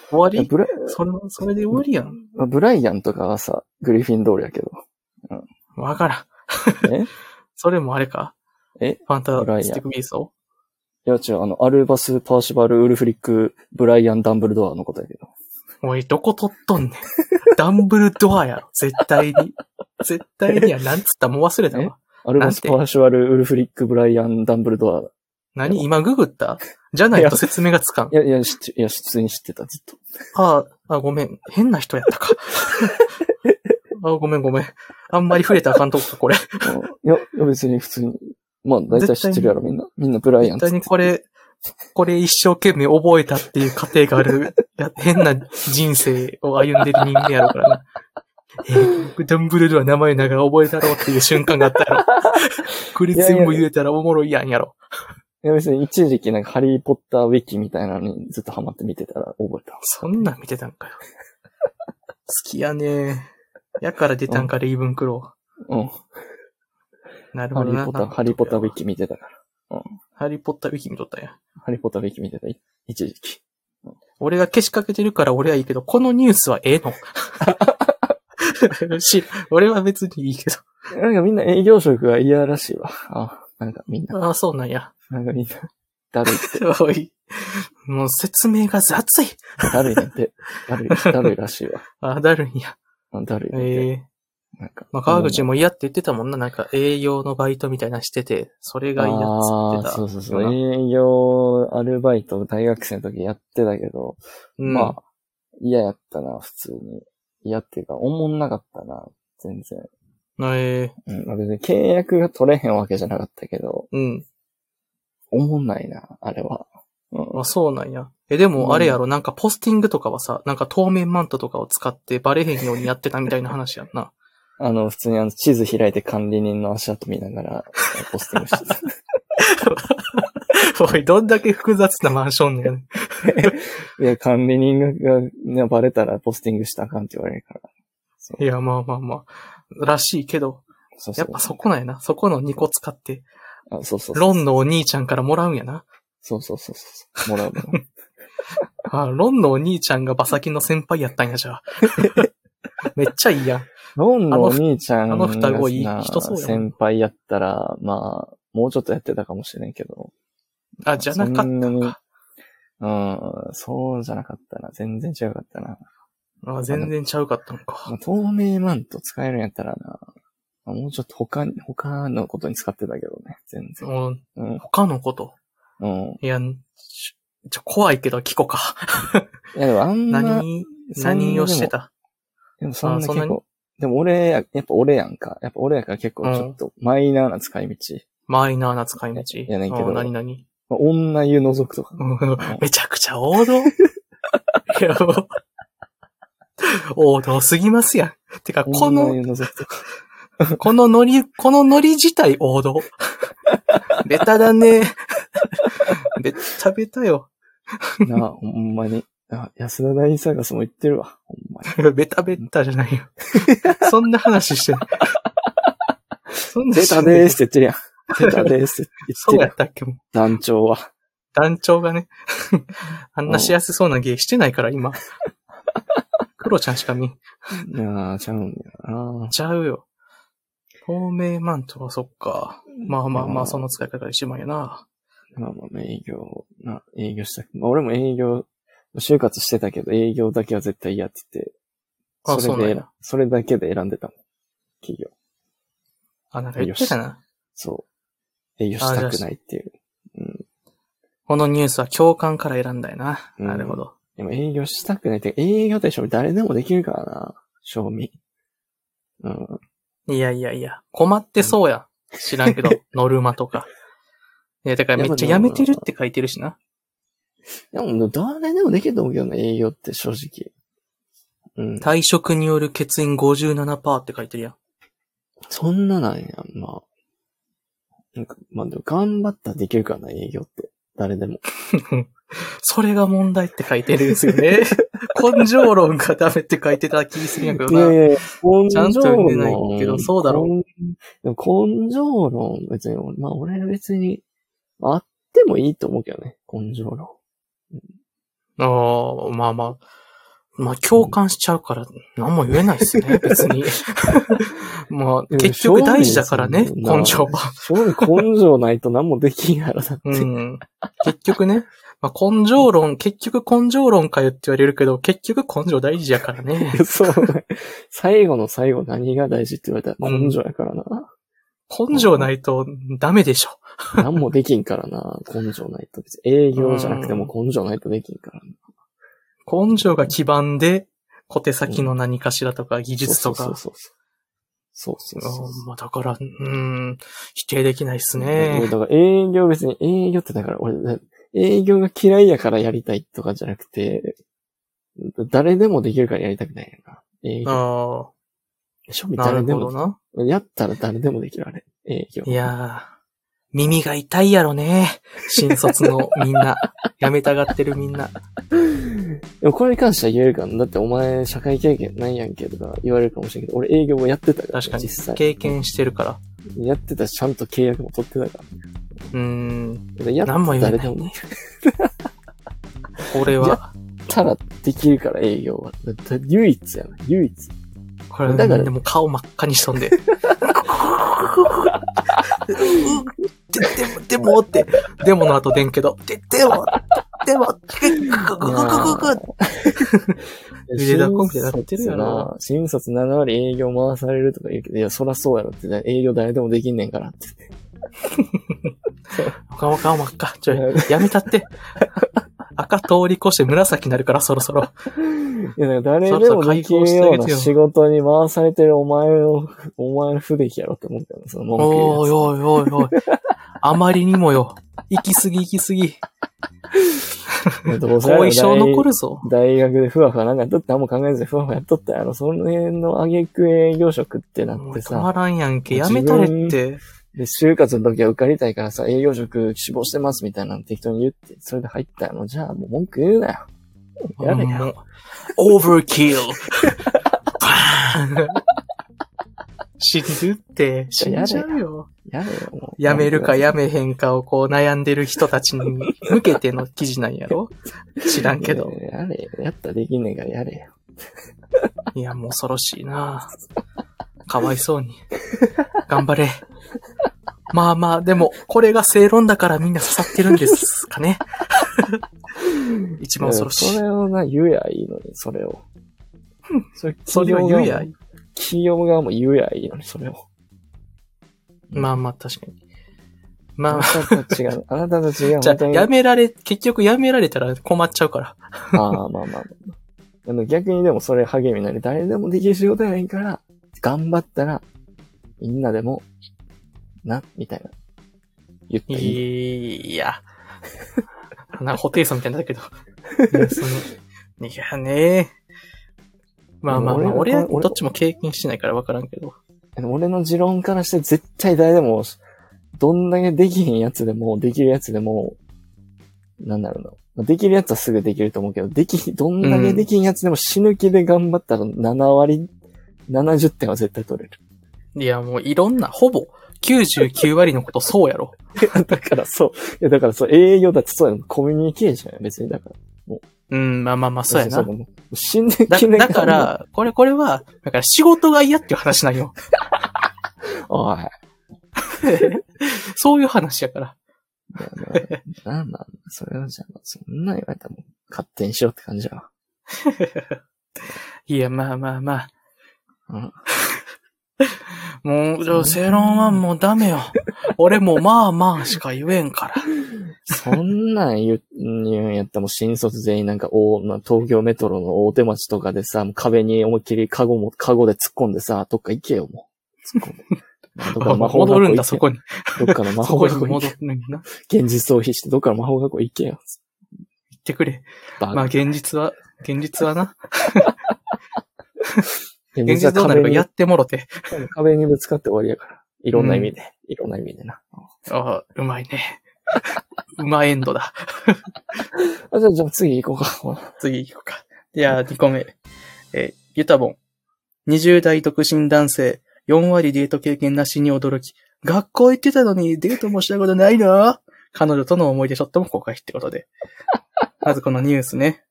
[SPEAKER 1] 終わ
[SPEAKER 2] いや
[SPEAKER 1] り
[SPEAKER 2] ブラ
[SPEAKER 1] それ、それで終わりやん。
[SPEAKER 2] まあブライアンとかはさ、グリフィンドールやけど。
[SPEAKER 1] わからん。
[SPEAKER 2] え
[SPEAKER 1] <laughs> それもあれか
[SPEAKER 2] え
[SPEAKER 1] ファンタスティックビースト
[SPEAKER 2] いや、違う、あの、アルバス・パーシバル・ウルフリック・ブライアン・ダンブルドアのことやけど。
[SPEAKER 1] おい、どこ取っとんねん。 <laughs> ダンブルドアやろ、絶対に。絶対にや、なんつったもう忘れたわ。
[SPEAKER 2] アルバス・パーシバル・ウルフリック・ブライアン・ダンブルドア。
[SPEAKER 1] 何今ググったじゃないと説明がつかん
[SPEAKER 2] い。や、いや、知って、いや、普通に知ってた、ずっと。
[SPEAKER 1] ああ、あ、ごめん。変な人やったか。 <laughs> あごめんごめん。あんまり触れたらあかんとこか、これ。
[SPEAKER 2] いや、いや別に普通に。まあ、大体知ってるやろ、みんな。みんなブライアン
[SPEAKER 1] 絶対にこれ、これ一生懸命覚えたっていう過程がある、や変な人生を歩んでる人間やろうからな。えーダンブルドア名前ながら覚えたろうっていう瞬間があった
[SPEAKER 2] <laughs>
[SPEAKER 1] やろ。これ全部言えたらおもろいやんやろ。
[SPEAKER 2] いや、別に一時期なんかハリーポッターウィキみたいなのにずっとハマって見てたら覚えた。
[SPEAKER 1] そんなん見てたんかよ。好きやねやから出たんか、レイブンクロ
[SPEAKER 2] うん。
[SPEAKER 1] ー。なる
[SPEAKER 2] ハ
[SPEAKER 1] ほ
[SPEAKER 2] リ
[SPEAKER 1] どな。
[SPEAKER 2] ーポッター、ハリーポッターウィキ見てたから。
[SPEAKER 1] ハリーポッターウィキ見とったんや。
[SPEAKER 2] ハリーポッターウィキ見てた、い一時期。
[SPEAKER 1] 俺が消しかけてるから俺はいいけど、このニュースはええ
[SPEAKER 2] <laughs>
[SPEAKER 1] のし俺は別にいいけ
[SPEAKER 2] なんかみんな営業職が嫌らしいわ。あ、なんかみんな、
[SPEAKER 1] ど。ああ、そうなんや。
[SPEAKER 2] <laughs> なんかみんな、だるいって、
[SPEAKER 1] おい。もう説明が雑い。
[SPEAKER 2] だるいなんて、だるい、だるいらしいわ。
[SPEAKER 1] ああ、だるいんや。
[SPEAKER 2] うんだるいなん
[SPEAKER 1] え
[SPEAKER 2] て。
[SPEAKER 1] え
[SPEAKER 2] なんか。
[SPEAKER 1] まあ、川口
[SPEAKER 2] も
[SPEAKER 1] も嫌って言ってたもんな。なんか営業のバイトみたいなしてて、それが嫌っつってた。
[SPEAKER 2] そうそうそ
[SPEAKER 1] よ
[SPEAKER 2] う。
[SPEAKER 1] な
[SPEAKER 2] 営業、アルバイト、大学生の時やってたけど、
[SPEAKER 1] うん、
[SPEAKER 2] まあ、嫌やったな、普通に。嫌っていうか、おもんなかったな、全然。
[SPEAKER 1] ええ
[SPEAKER 2] うん、まあ別に契約が取れへんわけじゃなかったけど、
[SPEAKER 1] うん。
[SPEAKER 2] おもんないな、あれは。うん。
[SPEAKER 1] まあ、そうなんや。え、でもあれやろ、なんかポスティングとかはさ、なんか透明マントとかを使ってバレへんようにやってたみたいな話やんな。
[SPEAKER 2] あの、普通にあの、地図開いて管理人の足跡見ながら、えポスティングして
[SPEAKER 1] <laughs>
[SPEAKER 2] た。
[SPEAKER 1] <laughs> おい、どんだけ複雑なマンションねん。
[SPEAKER 2] いや、管理人が、ね、バレたらポスティングしたらあかんって言われるから。
[SPEAKER 1] いや、まあまあまあ。らしいけど、
[SPEAKER 2] そうそ
[SPEAKER 1] や
[SPEAKER 2] う
[SPEAKER 1] っ。ぱそこなんやな。そこの2個使って、
[SPEAKER 2] あそうそうそう。
[SPEAKER 1] ロンのお兄ちゃんからもらうんやな。
[SPEAKER 2] そうそうそうそう。もらうも
[SPEAKER 1] <laughs>
[SPEAKER 2] らう
[SPEAKER 1] あロンのお兄ちゃんが馬先の先輩やったんや、じ <laughs> ゃあ。めっちゃいいやん。
[SPEAKER 2] ロンのお兄ちゃん
[SPEAKER 1] あの双子いい
[SPEAKER 2] がな
[SPEAKER 1] 人そうやな
[SPEAKER 2] 先輩やったら、まあ、もうちょっとやってたかもしれんけど。
[SPEAKER 1] あ、じゃなかった
[SPEAKER 2] そんな
[SPEAKER 1] の
[SPEAKER 2] に
[SPEAKER 1] か。
[SPEAKER 2] うん、そうじゃなかったな。全然違うかったな。
[SPEAKER 1] あ全然ちゃうかったの
[SPEAKER 2] ま
[SPEAKER 1] か
[SPEAKER 2] あ。透明マント使えるんやったらな。まあもうちょっと他に、他のことに使ってたけどね。全然。
[SPEAKER 1] もう
[SPEAKER 2] うん。
[SPEAKER 1] 他のこと。
[SPEAKER 2] うん。
[SPEAKER 1] いや、ちょ、ちょ怖いけど聞こうか。
[SPEAKER 2] いやでもあんな、
[SPEAKER 1] 何、何をして
[SPEAKER 2] た
[SPEAKER 1] た
[SPEAKER 2] でもそん
[SPEAKER 1] あ
[SPEAKER 2] な
[SPEAKER 1] そんな
[SPEAKER 2] 結
[SPEAKER 1] に
[SPEAKER 2] 構、でも俺や、やっぱ俺やんか。やっぱ俺やから結構ちょっとマイナーな使い道。
[SPEAKER 1] マイナーな使い道。
[SPEAKER 2] いやねんけど
[SPEAKER 1] うん何
[SPEAKER 2] <laughs>
[SPEAKER 1] 何
[SPEAKER 2] まあ女湯覗くとか。
[SPEAKER 1] うんめちゃくちゃ王道いや、もう王道すぎますやん。てか、この
[SPEAKER 2] 女、湯覗くとか。
[SPEAKER 1] このノリ、このノリ自体王
[SPEAKER 2] <laughs>
[SPEAKER 1] 道。ベタだね。ベッタベタよ。
[SPEAKER 2] <laughs> なあ、ほんまに。あ安田大サーカスも言ってるわ。ほん <laughs> まに。
[SPEAKER 1] ベタベタじゃ
[SPEAKER 2] <laughs>
[SPEAKER 1] ないよ。そんな話してない。そんな
[SPEAKER 2] ゼ
[SPEAKER 1] 話して
[SPEAKER 2] タ
[SPEAKER 1] ない
[SPEAKER 2] でーすって言ってるやん。ゼタでーすって
[SPEAKER 1] そう
[SPEAKER 2] 言
[SPEAKER 1] や
[SPEAKER 2] ってるやん
[SPEAKER 1] っ。たっけもう
[SPEAKER 2] 団長は。
[SPEAKER 1] 団長が
[SPEAKER 2] <laughs>
[SPEAKER 1] ね。あんなしやすそうな芸してないから、今。クロちゃんしか見ん
[SPEAKER 2] いやー、ちゃうんだよな。
[SPEAKER 1] ちゃうよ。透明マントはそっか。まあまあまあ、
[SPEAKER 2] うん
[SPEAKER 1] その使い方が一番やな。
[SPEAKER 2] まあまあ、営業、な、営業したくまあ、俺も営業、就活してたけど、営業だけは絶対嫌って言って、
[SPEAKER 1] あ
[SPEAKER 2] それ
[SPEAKER 1] そうな
[SPEAKER 2] で
[SPEAKER 1] んや
[SPEAKER 2] それだけで選んでたもん。企業。
[SPEAKER 1] あ、なんか言ってたな。
[SPEAKER 2] そう。営業したくないっていう。うん。
[SPEAKER 1] このニュースは共感から選んだよな。
[SPEAKER 2] うん
[SPEAKER 1] なるほど。
[SPEAKER 2] でも営業したくないって、営業って賞味誰でもできるからな。賞味。うん。
[SPEAKER 1] いやいやいや、困ってそうや。知らんけど、ノルマとか。いや、だからめっちゃやめてるって書いてるしな。
[SPEAKER 2] でも、誰でもできると思うけどね、営業って正直。 <laughs> うん。
[SPEAKER 1] 退職による欠員57%って書いてるやん。
[SPEAKER 2] そんななんや、まあ。なんか、まあでも頑張ったらできるからな、営業って。誰でも。
[SPEAKER 1] それが問題って書いてるんですよね。
[SPEAKER 2] <laughs>
[SPEAKER 1] 根性論がダメって書いてた気するんやけど
[SPEAKER 2] いやい
[SPEAKER 1] な。
[SPEAKER 2] やいや、根
[SPEAKER 1] ちゃんと読んでないけど
[SPEAKER 2] 性論
[SPEAKER 1] そうだろ
[SPEAKER 2] でも根性論、別に、まあ俺は別に、あってもいいと思うけどね、根性論。
[SPEAKER 1] ああ、まあまあ。まあ共感しちゃうから何も言えないです
[SPEAKER 2] <laughs>
[SPEAKER 1] ね、別に。まあ、結局大事だからね、
[SPEAKER 2] 正味
[SPEAKER 1] 根性は。
[SPEAKER 2] 正直根性ないと何もできんやろ、だって。
[SPEAKER 1] うん。結局ね、まあ、根性論、結局根性論かよって言われるけど、結局根性大事やからね。
[SPEAKER 2] <laughs> そう。最後の最後何が大事って言われたら根性やからな。
[SPEAKER 1] 根性ないとダメでしょ。
[SPEAKER 2] 何もできんからな。根性ないと。別に営業じゃなくても根性ないとできんからな。
[SPEAKER 1] 根性が基盤で、小手先の何かしらとか技術と
[SPEAKER 2] そう
[SPEAKER 1] か。
[SPEAKER 2] そうそう。そうそうそう
[SPEAKER 1] うんまあだから、うん、否定できないです
[SPEAKER 2] え
[SPEAKER 1] ね
[SPEAKER 2] だ。から営業別に営業ってだから俺、営業が嫌いやからやりたいとかじゃなくて、誰でもできるからやりたくないやんか。営業。
[SPEAKER 1] あ
[SPEAKER 2] 庶民
[SPEAKER 1] あ、な
[SPEAKER 2] 誰
[SPEAKER 1] る
[SPEAKER 2] で
[SPEAKER 1] ほど
[SPEAKER 2] も、
[SPEAKER 1] な。
[SPEAKER 2] やったら誰でもできるあれ。営業。
[SPEAKER 1] いやー、耳が痛いやろね。新卒のみんな。やめたがってるみんな。
[SPEAKER 2] でもこれに関しては言えるかな。だってお前社会経験ないやんけとか言われるかもしれんけど、俺営業もやってたから、
[SPEAKER 1] 確かに
[SPEAKER 2] 実際。。
[SPEAKER 1] 経験してるから。
[SPEAKER 2] やってたし、ちゃんと契約も取ってたから。
[SPEAKER 1] うん、
[SPEAKER 2] でやっ
[SPEAKER 1] 何も言え
[SPEAKER 2] 誰
[SPEAKER 1] な
[SPEAKER 2] で
[SPEAKER 1] い
[SPEAKER 2] もや
[SPEAKER 1] ね。俺は、
[SPEAKER 2] ったらできるから営業は。だって唯一やな。唯一。
[SPEAKER 1] これ、
[SPEAKER 2] だから
[SPEAKER 1] でもう顔真っ赤にしとんで。で、でも、でもって、でもの後でんけど、で、でも、でも、ぐぐぐぐぐぐゆでだこみたいになってるよな
[SPEAKER 2] 新卒7割営業回されるとか言うけど、いや、そらそうやろって、営業誰でもできんねんからって。
[SPEAKER 1] 顔顔真っ赤。ちょい、やめたって。 <laughs> 赤通り越して紫になるから、そろそろ。
[SPEAKER 2] いや、だから誰でもできるような仕事に回されてるお前の、お前の不出来やろって思ったよな、その文句言うやつ
[SPEAKER 1] おいおいおいおい。あまりにもよ。行き過ぎ行き過ぎ。
[SPEAKER 2] どうせやろ
[SPEAKER 1] 後遺症残るぞ。
[SPEAKER 2] 大学でふわふわなんかやっとって、何も考えずにふわふわやっとったやろ。その辺の挙句営業職ってな
[SPEAKER 1] も
[SPEAKER 2] っ
[SPEAKER 1] う
[SPEAKER 2] て
[SPEAKER 1] 止ま
[SPEAKER 2] さ、
[SPEAKER 1] らんやんけ。やめたれって。
[SPEAKER 2] で、就活の時は受かりたいからさ、営業職志望してますみたいなの適当に言って、それで入ったやろ。じゃあもう文句言うなよ。やれ
[SPEAKER 1] うんオーバーキル。バーン死ぬって、死んじゃうよ。
[SPEAKER 2] やれよ、もう。
[SPEAKER 1] やめるか
[SPEAKER 2] や
[SPEAKER 1] やめへんかをこう悩んでる人たちに向けての記事なんやろ知らんけど。
[SPEAKER 2] いややれよ。やったらできんねんからやれよ。
[SPEAKER 1] いや、もう恐ろしいなかわいそうに。頑張れ。まあまあ、でも、これが正論だからみんな刺さってるんですかね。一番恐ろし
[SPEAKER 2] いや
[SPEAKER 1] い
[SPEAKER 2] そ。れをな、言えやいいのに、それを。それ
[SPEAKER 1] それを言えや
[SPEAKER 2] 企業側も言えやいいのに、それを。
[SPEAKER 1] まあまあ、確かに。
[SPEAKER 2] あ
[SPEAKER 1] ま
[SPEAKER 2] な
[SPEAKER 1] あ、
[SPEAKER 2] たたちが、あなたたちが
[SPEAKER 1] じゃ
[SPEAKER 2] 本
[SPEAKER 1] あ
[SPEAKER 2] 当に。
[SPEAKER 1] やめられ、結局やめられたら困っちゃうから。
[SPEAKER 2] <laughs> ああ、まあまあまあ。あの逆にでもそれ励みになる。誰でもできる仕事やねんから、頑張ったら、みんなでも、な、みたいな。言っていい。
[SPEAKER 1] いや。なんか、ホテイソンみたいになったけど。いや、その、いやねまあまあまあ、俺
[SPEAKER 2] 俺
[SPEAKER 1] は
[SPEAKER 2] は
[SPEAKER 1] どっちも経験してないから分からんけど。
[SPEAKER 2] 俺の持論からして絶対誰でも、どんだけできへんやつでも、できるやつでも、なんだろうなまあ。できるやつはすぐできると思うけど、できひ、どんだけできんやつでも死ぬ気で頑張ったら7割、70点は絶対取れる。
[SPEAKER 1] いや、もういろんな、ほぼ、99割のことそうやろ。 <laughs>
[SPEAKER 2] だからそう。いや、だからそう、栄養だってそうやの。コミュニケーションや、別に。だから。
[SPEAKER 1] うん、まあまあまあ、そうやな。
[SPEAKER 2] もう死ぬ気で
[SPEAKER 1] だ
[SPEAKER 2] 頑張
[SPEAKER 1] だか、ら、これ、これは、だから仕事が嫌っていう話なんよ。
[SPEAKER 2] おい。いや
[SPEAKER 1] そういう話やから。
[SPEAKER 2] まあなんなんそれはじゃあ、そんなん言われたらもう、勝手にしろって感じやわ。
[SPEAKER 1] いや、まあまあまあ。
[SPEAKER 2] うん。
[SPEAKER 1] <laughs> もう、じゃあ正論はもうダメよ。俺もまあまあしか言えんから。
[SPEAKER 2] そんなん言う、言うんやったらもう新卒全員なんか大、まあ、東京メトロの大手町とかでさ、もう壁に思いっきりカゴも、カゴで突っ込んでさ、どっか行けよ、もう。突っ込んで。どっかの魔法学校
[SPEAKER 1] 戻るんだ、
[SPEAKER 2] 行け
[SPEAKER 1] そこに。
[SPEAKER 2] どっかの魔
[SPEAKER 1] そ
[SPEAKER 2] 法
[SPEAKER 1] こに
[SPEAKER 2] 学校行
[SPEAKER 1] 戻
[SPEAKER 2] け。
[SPEAKER 1] るんだ。
[SPEAKER 2] 現実逃避して、どっかの魔法学校行けよ。
[SPEAKER 1] ってくれ。
[SPEAKER 2] バカ
[SPEAKER 1] まあ現実は、現実はな。
[SPEAKER 2] 現
[SPEAKER 1] 現実どうなるかや
[SPEAKER 2] や
[SPEAKER 1] ってもろて。
[SPEAKER 2] 壁にぶつかって終わりやから。いろんな意味で。いろんな意味でな。
[SPEAKER 1] ああ、うまいね。 <laughs> うまエンドだ。
[SPEAKER 2] あじゃあ、じゃあ次行こうか。
[SPEAKER 1] 次行こうか。じゃあ、2個目。えー、ユタボン。20代独身男性、4割デート経験なしに驚き、学校行ってたのにデートもしたことないの彼女との思い出ショットも公開ってことで。まずこのニュースね。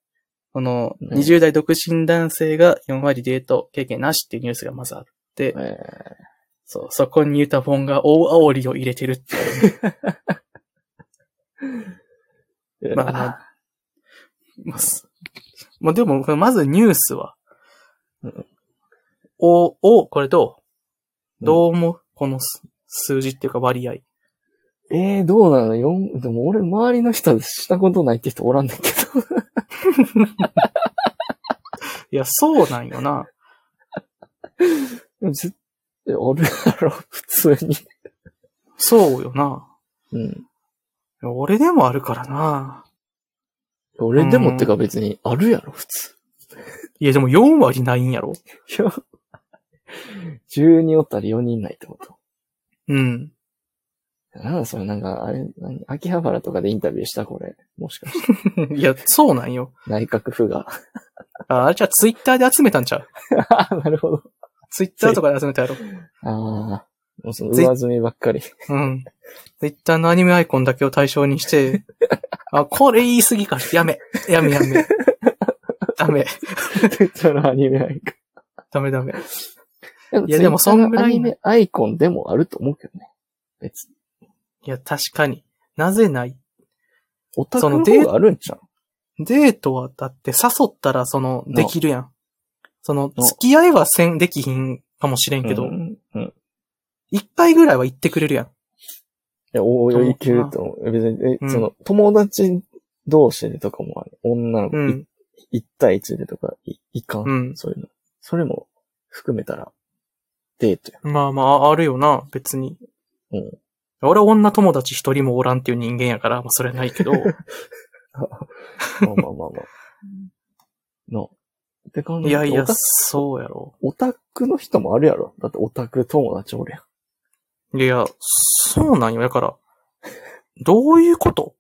[SPEAKER 1] この、
[SPEAKER 2] うん
[SPEAKER 1] 20代独身男性が4割デート経験なしっていうニュースがまずあって、
[SPEAKER 2] え
[SPEAKER 1] そう、そこにユタボンが大煽りを入れてるっていう。
[SPEAKER 2] ー
[SPEAKER 1] まあまあまあ、すまあ、でも、これまずニュースは
[SPEAKER 2] うん、
[SPEAKER 1] お、お、これど
[SPEAKER 2] う
[SPEAKER 1] うんどう思うこのす数字っていうか割合。
[SPEAKER 2] ええどうなのよんでも俺、周りの人はしたことないって人おらんねんけど。
[SPEAKER 1] いや、そうなんよな。
[SPEAKER 2] で <laughs> も絶対おるやろ、 <laughs> 普通に。
[SPEAKER 1] そうよな。
[SPEAKER 2] うん。
[SPEAKER 1] 俺でもあるからな。
[SPEAKER 2] 俺でもってか別に、あるやろ、普通。
[SPEAKER 1] いや、でも4割ないんやろ。
[SPEAKER 2] いや、12おったら4人ないってこと。
[SPEAKER 1] うん。
[SPEAKER 2] なんだそれ、なんか、あれ、何秋葉原とかでインタビューしたこれ。もしか <laughs> して、
[SPEAKER 1] いや、そうなんよ。
[SPEAKER 2] 内閣府 <laughs> が。
[SPEAKER 1] ああれじゃあツイッターで集めたんちゃう
[SPEAKER 2] あーなるほど。
[SPEAKER 1] ツイッターとかで集めたやろ。
[SPEAKER 2] ああ、もうその上積みばっ <laughs> かり。
[SPEAKER 1] うん。ツイッターのアニメアイコンだけを対象にして、あ、これ言い過ぎから、やめ、やめやめ。ダメ、
[SPEAKER 2] ツイッターのアニメアイコ
[SPEAKER 1] ダメダメ。
[SPEAKER 2] ン。
[SPEAKER 1] いやでもそんぐらい
[SPEAKER 2] アニメアイコンでもあると思うけどね。別に。
[SPEAKER 1] いや、確かに。なぜない
[SPEAKER 2] オタクの方があるんじゃん。
[SPEAKER 1] デートはだって誘ったらその、
[SPEAKER 2] な
[SPEAKER 1] できるやん。その、
[SPEAKER 2] な
[SPEAKER 1] 付き合いはせん、できひんかもしれんけ
[SPEAKER 2] う
[SPEAKER 1] ど、
[SPEAKER 2] ん。うん
[SPEAKER 1] 一、回ぐらいは行ってくれるやん。
[SPEAKER 2] いや、おおよいけると思う。別に、
[SPEAKER 1] う
[SPEAKER 2] え、
[SPEAKER 1] ん
[SPEAKER 2] その、友達同士でとかもある。女の子、
[SPEAKER 1] う
[SPEAKER 2] い
[SPEAKER 1] ん。
[SPEAKER 2] 一対一でとか、い、いかん,、
[SPEAKER 1] うん
[SPEAKER 2] そういうの。それも含めたら、デートや。
[SPEAKER 1] まあまあ、あるよな、別に。
[SPEAKER 2] うん
[SPEAKER 1] 俺は女友達一人もおらんっていう人間やから、まあそれはないけ <laughs> ど。
[SPEAKER 2] まあま
[SPEAKER 1] <laughs>
[SPEAKER 2] あまあまあ。の。って考えると
[SPEAKER 1] いやいや
[SPEAKER 2] オタ、
[SPEAKER 1] そうやろ。
[SPEAKER 2] オタクの人もあるやろ。だってオタク友達おるやん。
[SPEAKER 1] いや、そうなんよ。だから、どういうこと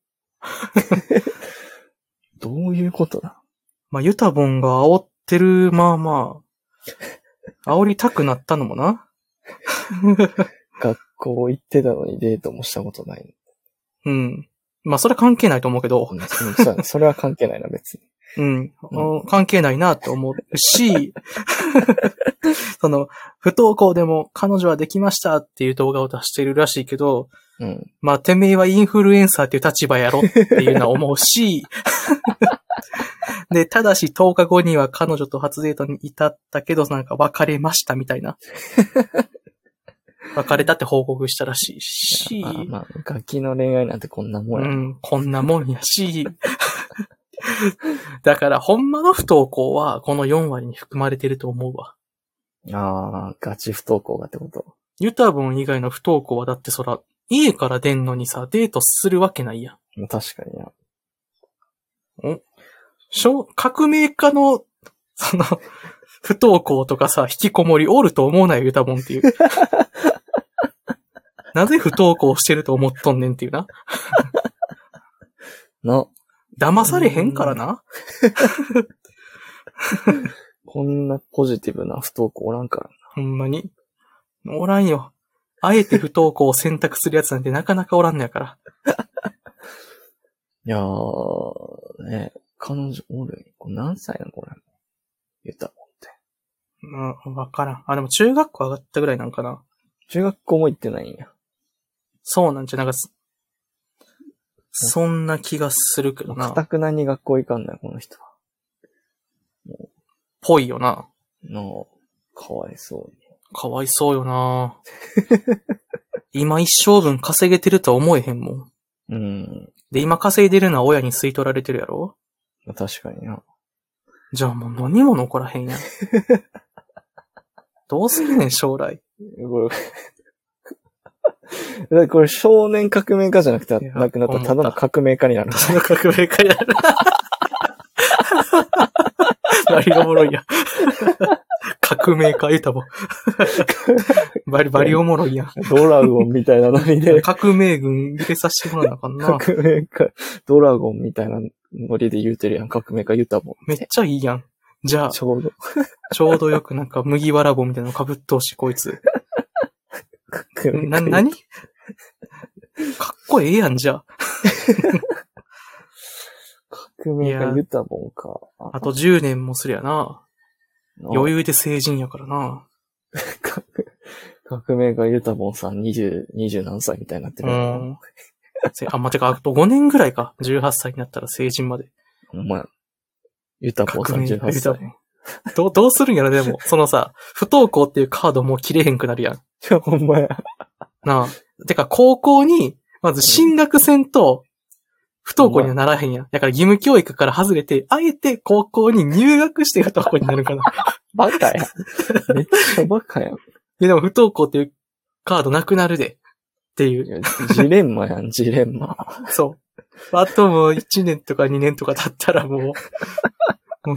[SPEAKER 2] どういうことだ
[SPEAKER 1] まあ、ユタボンが煽ってる、まあまあ、煽りたくなったのもな。
[SPEAKER 2] 学校行ってたのにデートもしたことない。
[SPEAKER 1] うん。まあ、それは関係ないと思うけど
[SPEAKER 2] う、んそうそうそれは関係ないな、別に。
[SPEAKER 1] うん。あの関係ないなと思うし、 <laughs> その、不登校でも彼女はできましたっていう動画を出してるらしいけど、
[SPEAKER 2] うん。
[SPEAKER 1] まあ、てめえはインフルエンサーっていう立場やろっていうのは思うし、 <laughs> で、ただし10日後には彼女と初デートに至ったけど、なんか別れましたみたいな。別れたって報告したらしいし、
[SPEAKER 2] あまあ、ガキの恋愛なんてこんなもん
[SPEAKER 1] う
[SPEAKER 2] や。
[SPEAKER 1] ん、こんなもんやし、だからほんまの不登校はこの4割に含まれてると思うわ。
[SPEAKER 2] ああ、ガチ不登校がってこと。
[SPEAKER 1] ユタボン以外の不登校はだってそら、家から出んのにさ、デートするわけないやん。
[SPEAKER 2] まあ確かにな。
[SPEAKER 1] 小革命家の、 <laughs> その、不登校とかさ、引きこもりおると思うなよ、ユタボンっていう。なぜ不登校してると思っとんねんっていうな。
[SPEAKER 2] な、
[SPEAKER 1] 騙されへんからな。
[SPEAKER 2] こんなポジティブな不登校おらんからな。
[SPEAKER 1] ほんまに。おらんよ。あえて不登校を選択するやつなんてなかなかおらんのやから。
[SPEAKER 2] いやー、ね、彼女おるこれ何歳なのこれ。言ったもんって。
[SPEAKER 1] うん、わからん。あ、でも中学校上がったぐらいなんかな。
[SPEAKER 2] 中学校も行ってないんや。
[SPEAKER 1] そうなんじゃ、なんかす、そんな気がするけど
[SPEAKER 2] か
[SPEAKER 1] な。
[SPEAKER 2] たくなに学校行かんない、この人は。
[SPEAKER 1] ぽいよな。
[SPEAKER 2] のかわいそうに。
[SPEAKER 1] かわいそうよな今一生分稼げてるとは思えへんもん。
[SPEAKER 2] うん。
[SPEAKER 1] で、今稼いでるのは親に吸い取られてるやろ
[SPEAKER 2] まあ確かにな。
[SPEAKER 1] じゃあもう何も残らへん
[SPEAKER 2] <laughs>
[SPEAKER 1] やん。どうするねん、将来。
[SPEAKER 2] これ <laughs> だからこれ少年革命家じゃなくて
[SPEAKER 1] いや
[SPEAKER 2] なくなった
[SPEAKER 1] 思った
[SPEAKER 2] ただの革命家になる。
[SPEAKER 1] その革命家やる。あれがおもろいやん。革命か、言うたもん。バリバリおもろいやん。、
[SPEAKER 2] <laughs> ドラゴンみたいなノリで
[SPEAKER 1] 革命軍入れさせてもらわなあかんな。
[SPEAKER 2] 革命か、ドラゴンみたいなノリで言うてるやん。革命か言うたもん。
[SPEAKER 1] めっちゃいいやん。じゃあ、
[SPEAKER 2] ちょうど。
[SPEAKER 1] ちょうどよくなんか麦わら帽みたいなの被ってほしい、こいつ。
[SPEAKER 2] 革命
[SPEAKER 1] な、
[SPEAKER 2] 家
[SPEAKER 1] <laughs> なにかっこええやん、じゃあ。
[SPEAKER 2] 革命か言うたもんか。
[SPEAKER 1] あと10年もすりゃな。余
[SPEAKER 2] 裕。
[SPEAKER 1] 裕で成人やからな。
[SPEAKER 2] 革革命か言うたもんさん、20、20何歳みたいになって
[SPEAKER 1] う
[SPEAKER 2] るやん。
[SPEAKER 1] ん。せあ、まあ、てか、あと5年ぐらいか。18歳になったら成人まで。
[SPEAKER 2] お前、ゆたぽん
[SPEAKER 1] 革命
[SPEAKER 2] 38歳。
[SPEAKER 1] どう、どうするんやろ、でも。そのさ、不登校っていうカードもう切れへんくなるやん。
[SPEAKER 2] いや、ほんまや。
[SPEAKER 1] なあ。てか、高校に、まず進学戦と、不登校にはならへんやん。だから義務教育から外れて、あえて高校に入学して不登校になるかな。
[SPEAKER 2] バカ <laughs> や。めっちゃバカや
[SPEAKER 1] い
[SPEAKER 2] ん。
[SPEAKER 1] や、でも不登校っていうカードなくなるで。ってい。
[SPEAKER 2] いうやジレンマやん、ジレンマ。
[SPEAKER 1] そう。あともう1年とか2年とか経ったらもう、もう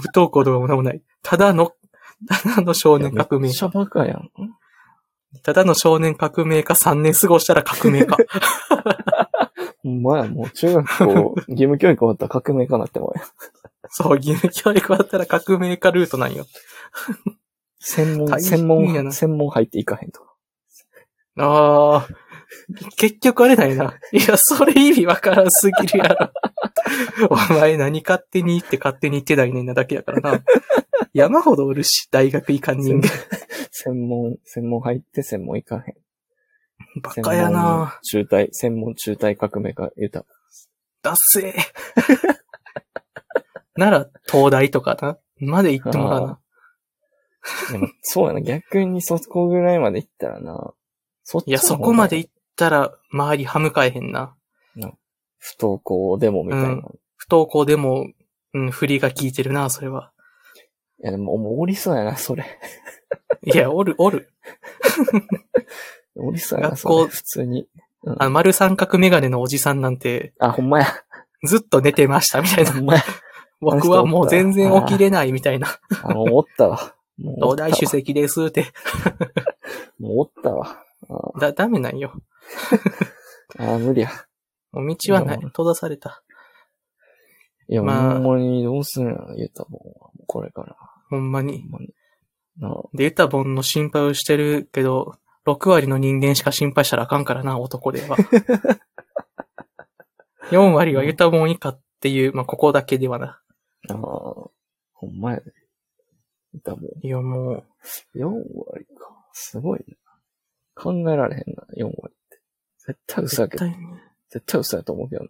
[SPEAKER 1] 不登校とかもなんもない。ただの、ただの少年革
[SPEAKER 2] め
[SPEAKER 1] 命
[SPEAKER 2] っ。ちゃバカやん。
[SPEAKER 1] ただの少年革命か3年過ごしたら革命か。
[SPEAKER 2] ほんまや、もう中学校、義務教育終わったら革命家なってもんや。
[SPEAKER 1] そう、義務教育だったら革命家ルートなんよ。
[SPEAKER 2] <laughs> 専門、
[SPEAKER 1] 大変
[SPEAKER 2] 専
[SPEAKER 1] やな
[SPEAKER 2] 門、専門入っていかへんと。
[SPEAKER 1] ああ、結局あれだよな。いや、それ意味わからんすぎるやろ。お前何勝手にって勝手に言ってないねんなだけやからな。山ほどおるし、大学行かん人間。
[SPEAKER 2] 専門、専門入って専門いかへん。
[SPEAKER 1] バカやな
[SPEAKER 2] 専門中退、専門中退革命家言うた。
[SPEAKER 1] ダッセー。 <laughs> なら、東大とかな。まで行ってもらう
[SPEAKER 2] あ
[SPEAKER 1] な。
[SPEAKER 2] でも、 <laughs> そうやな、逆にそこぐらいまで行ったらな。そっち
[SPEAKER 1] い
[SPEAKER 2] の
[SPEAKER 1] や、
[SPEAKER 2] 方が
[SPEAKER 1] そこまで行ったら、周り歯向かえへんな。
[SPEAKER 2] 不登校でもみたいな。
[SPEAKER 1] うん
[SPEAKER 2] い
[SPEAKER 1] 不登校でも、うん、振りが効いてるな、それは。
[SPEAKER 2] や、でも、もうおりそうやな、それ。
[SPEAKER 1] いや、おる、おる。
[SPEAKER 2] おりそうやな、
[SPEAKER 1] 学
[SPEAKER 2] そ
[SPEAKER 1] 校
[SPEAKER 2] れ。普通に。うん
[SPEAKER 1] あの、丸三角メガネのおじさんなんて、
[SPEAKER 2] あ、ほんまや。
[SPEAKER 1] ずっと寝てましたみたいな
[SPEAKER 2] ほ。んまや。
[SPEAKER 1] 僕はもう全然起きれないみたいな。
[SPEAKER 2] あの、おったわ。もう
[SPEAKER 1] 東
[SPEAKER 2] おったわ
[SPEAKER 1] 大主席ですって。
[SPEAKER 2] もうおったわ。
[SPEAKER 1] だ、ダメなんよ。
[SPEAKER 2] あー無理や。
[SPEAKER 1] もう道はない
[SPEAKER 2] いや。
[SPEAKER 1] 閉ざされた。
[SPEAKER 2] いや、
[SPEAKER 1] まあ
[SPEAKER 2] ほんまにどうすんやろ、ゆうたもんは。もうこれから。
[SPEAKER 1] ほんま
[SPEAKER 2] ほ
[SPEAKER 1] に
[SPEAKER 2] ん。まに。なあ
[SPEAKER 1] で、ユタボンの心配をしてるけど、6割の人間しか心配したらあかんからな、男で
[SPEAKER 2] <laughs>
[SPEAKER 1] は。4割はユタボン以下っていう、まあ、ここだけではな。
[SPEAKER 2] あー、ほんまやね。ゆうたもん。
[SPEAKER 1] いや、もう、
[SPEAKER 2] 4割か。すごいな。考えられへんな、4割って。絶対嘘や
[SPEAKER 1] 絶
[SPEAKER 2] けど。
[SPEAKER 1] 対に。
[SPEAKER 2] 絶対嘘やと思うけどな。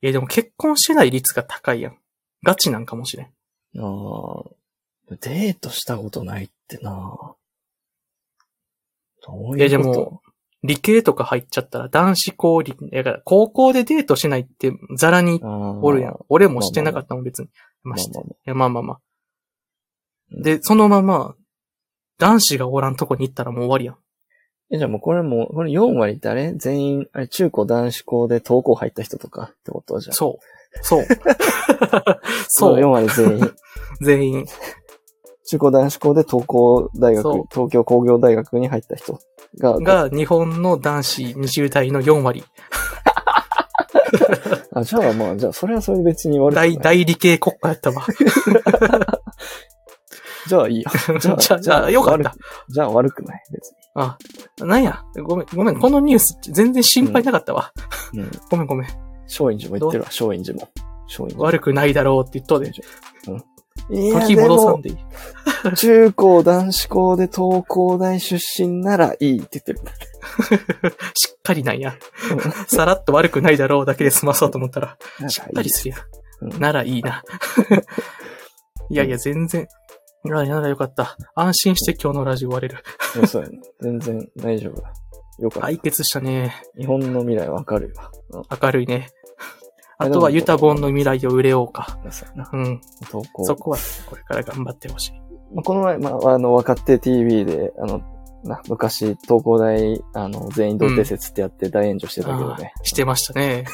[SPEAKER 1] いや、でも結婚してない率が高いやん。ガチなんかもしれん。
[SPEAKER 2] ああ、デートしたことないってな。どう
[SPEAKER 1] いや
[SPEAKER 2] い
[SPEAKER 1] じゃ
[SPEAKER 2] う
[SPEAKER 1] あ
[SPEAKER 2] こと
[SPEAKER 1] も理系とか入っちゃったら男子校理、だから高校でデートしないってザラに
[SPEAKER 2] あー
[SPEAKER 1] おるやん。俺もしてなかったもん、別に。ま
[SPEAKER 2] まあ
[SPEAKER 1] あ、して。
[SPEAKER 2] ま
[SPEAKER 1] い
[SPEAKER 2] あま
[SPEAKER 1] や、まあまあまあ。
[SPEAKER 2] うん
[SPEAKER 1] で、そのまま、男子がおらんとこに行ったらもう終わりやん。
[SPEAKER 2] え、じゃあもうこれもう、これ4割ってあれ全員、あれ中高男子校で登校入った人とかってことじゃん。
[SPEAKER 1] そう。
[SPEAKER 2] <laughs>
[SPEAKER 1] そう。
[SPEAKER 2] こ
[SPEAKER 1] そ
[SPEAKER 2] の
[SPEAKER 1] う。
[SPEAKER 2] 4割
[SPEAKER 1] <laughs>
[SPEAKER 2] 全員。
[SPEAKER 1] 全員。
[SPEAKER 2] 中高男子校で東工大
[SPEAKER 1] そう
[SPEAKER 2] 学、東京工業大学に入った人が、
[SPEAKER 1] が、日本の男子20代の4割。
[SPEAKER 2] あ、じゃあまあ、じゃあそれはそれで別に悪くない
[SPEAKER 1] 大、。大理系国家やったわ。
[SPEAKER 2] じゃあいいや。
[SPEAKER 1] <laughs> じゃあ、じゃあ、よかっ
[SPEAKER 2] 悪
[SPEAKER 1] た
[SPEAKER 2] く。。じゃあ悪くない、別
[SPEAKER 1] あ、なんや。ごめん、ごめん。このニュース全然心配なかったわ。
[SPEAKER 2] に。うん。
[SPEAKER 1] ごめんごめん。
[SPEAKER 2] 松陰寺も言ってるわ、松陰寺も。松陰寺。
[SPEAKER 1] 悪くないだろうって言っとで。
[SPEAKER 2] いや、
[SPEAKER 1] 時
[SPEAKER 2] で
[SPEAKER 1] 戻さん
[SPEAKER 2] も、
[SPEAKER 1] でいい。
[SPEAKER 2] 中高男子校で東工大出身ならいいって言ってる。
[SPEAKER 1] しっかりなんや。さらっと悪くないだろうだけで済まそうと思ったら、しっか
[SPEAKER 2] な
[SPEAKER 1] ら
[SPEAKER 2] い
[SPEAKER 1] り
[SPEAKER 2] い。
[SPEAKER 1] するや。
[SPEAKER 2] うんん
[SPEAKER 1] ならいい <laughs> な。いやいや、全然。いや、ならよかった。安心して今日のラジオ終われる。
[SPEAKER 2] うんそうやね。全然大丈夫だ。よかった。
[SPEAKER 1] 解決したね。
[SPEAKER 2] 日本の未来わかるよ。うん。
[SPEAKER 1] 明るいね。あ
[SPEAKER 2] あ
[SPEAKER 1] とは
[SPEAKER 2] でも
[SPEAKER 1] ユタボンの未来を売れようか。
[SPEAKER 2] そうやな。
[SPEAKER 1] うん。
[SPEAKER 2] 投稿。
[SPEAKER 1] そこは、これから頑張ってほしい。
[SPEAKER 2] まあこの前、まあ、あの、若手 TV で、あの、な昔、東工大、あの、全員同定説ってやって大炎上してたけど
[SPEAKER 1] あ
[SPEAKER 2] ね。
[SPEAKER 1] ーしてました <laughs> ね。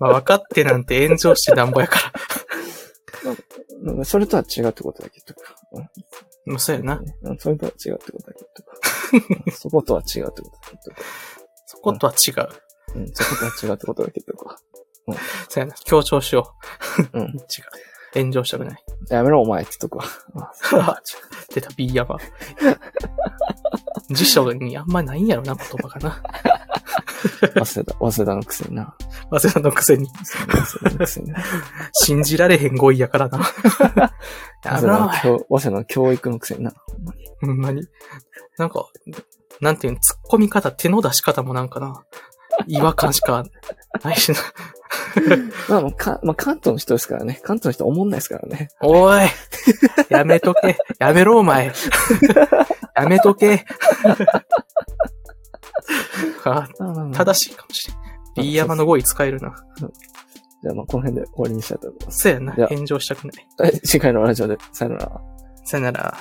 [SPEAKER 1] まあ、分かってなんて炎上してなんぼやから。
[SPEAKER 2] うんそれとは違うってことだけとか。うん
[SPEAKER 1] まあそうやな。
[SPEAKER 2] うんそれとは違うってことだけとか。
[SPEAKER 1] <laughs>
[SPEAKER 2] うんそことは違うってことだけとか。
[SPEAKER 1] そことは違う。
[SPEAKER 2] うん、そことは違うってことだけとか。
[SPEAKER 1] そうやな。強調しよ <laughs>
[SPEAKER 2] う
[SPEAKER 1] う。違
[SPEAKER 2] ん
[SPEAKER 1] う。。炎上したくない。
[SPEAKER 2] やめろ、お前ってとこは。あそこは違
[SPEAKER 1] <laughs>
[SPEAKER 2] う
[SPEAKER 1] 出た B 山。辞書にあんまないんやろな、言葉かな。
[SPEAKER 2] 忘れた、早稲田のくせにな。
[SPEAKER 1] 早稲田のくせに。
[SPEAKER 2] 早稲田のくせにな。
[SPEAKER 1] 信じられへん語彙やからな。
[SPEAKER 2] 早
[SPEAKER 1] や
[SPEAKER 2] 稲
[SPEAKER 1] め
[SPEAKER 2] 田
[SPEAKER 1] ろ
[SPEAKER 2] の、教早稲田の教育のくせにな。
[SPEAKER 1] ほんまに。なんか、なんていうの、突っ込み方、手の出し方もなんかな、違和感しかないしな。
[SPEAKER 2] まあ、もうか、まあ、関東の人ですからね。関東の人思んないですからね。
[SPEAKER 1] おいやめとけやめろお前やめと <laughs> けあ
[SPEAKER 2] だ、
[SPEAKER 1] 正しいかもしれん。B 山の語彙使えるな。
[SPEAKER 2] じゃあ、まあ、この辺で終わりにしたいと思います。
[SPEAKER 1] そうやな。
[SPEAKER 2] いや
[SPEAKER 1] 炎上したくない。
[SPEAKER 2] はい次回のラジオで、さよなら。
[SPEAKER 1] さよなら。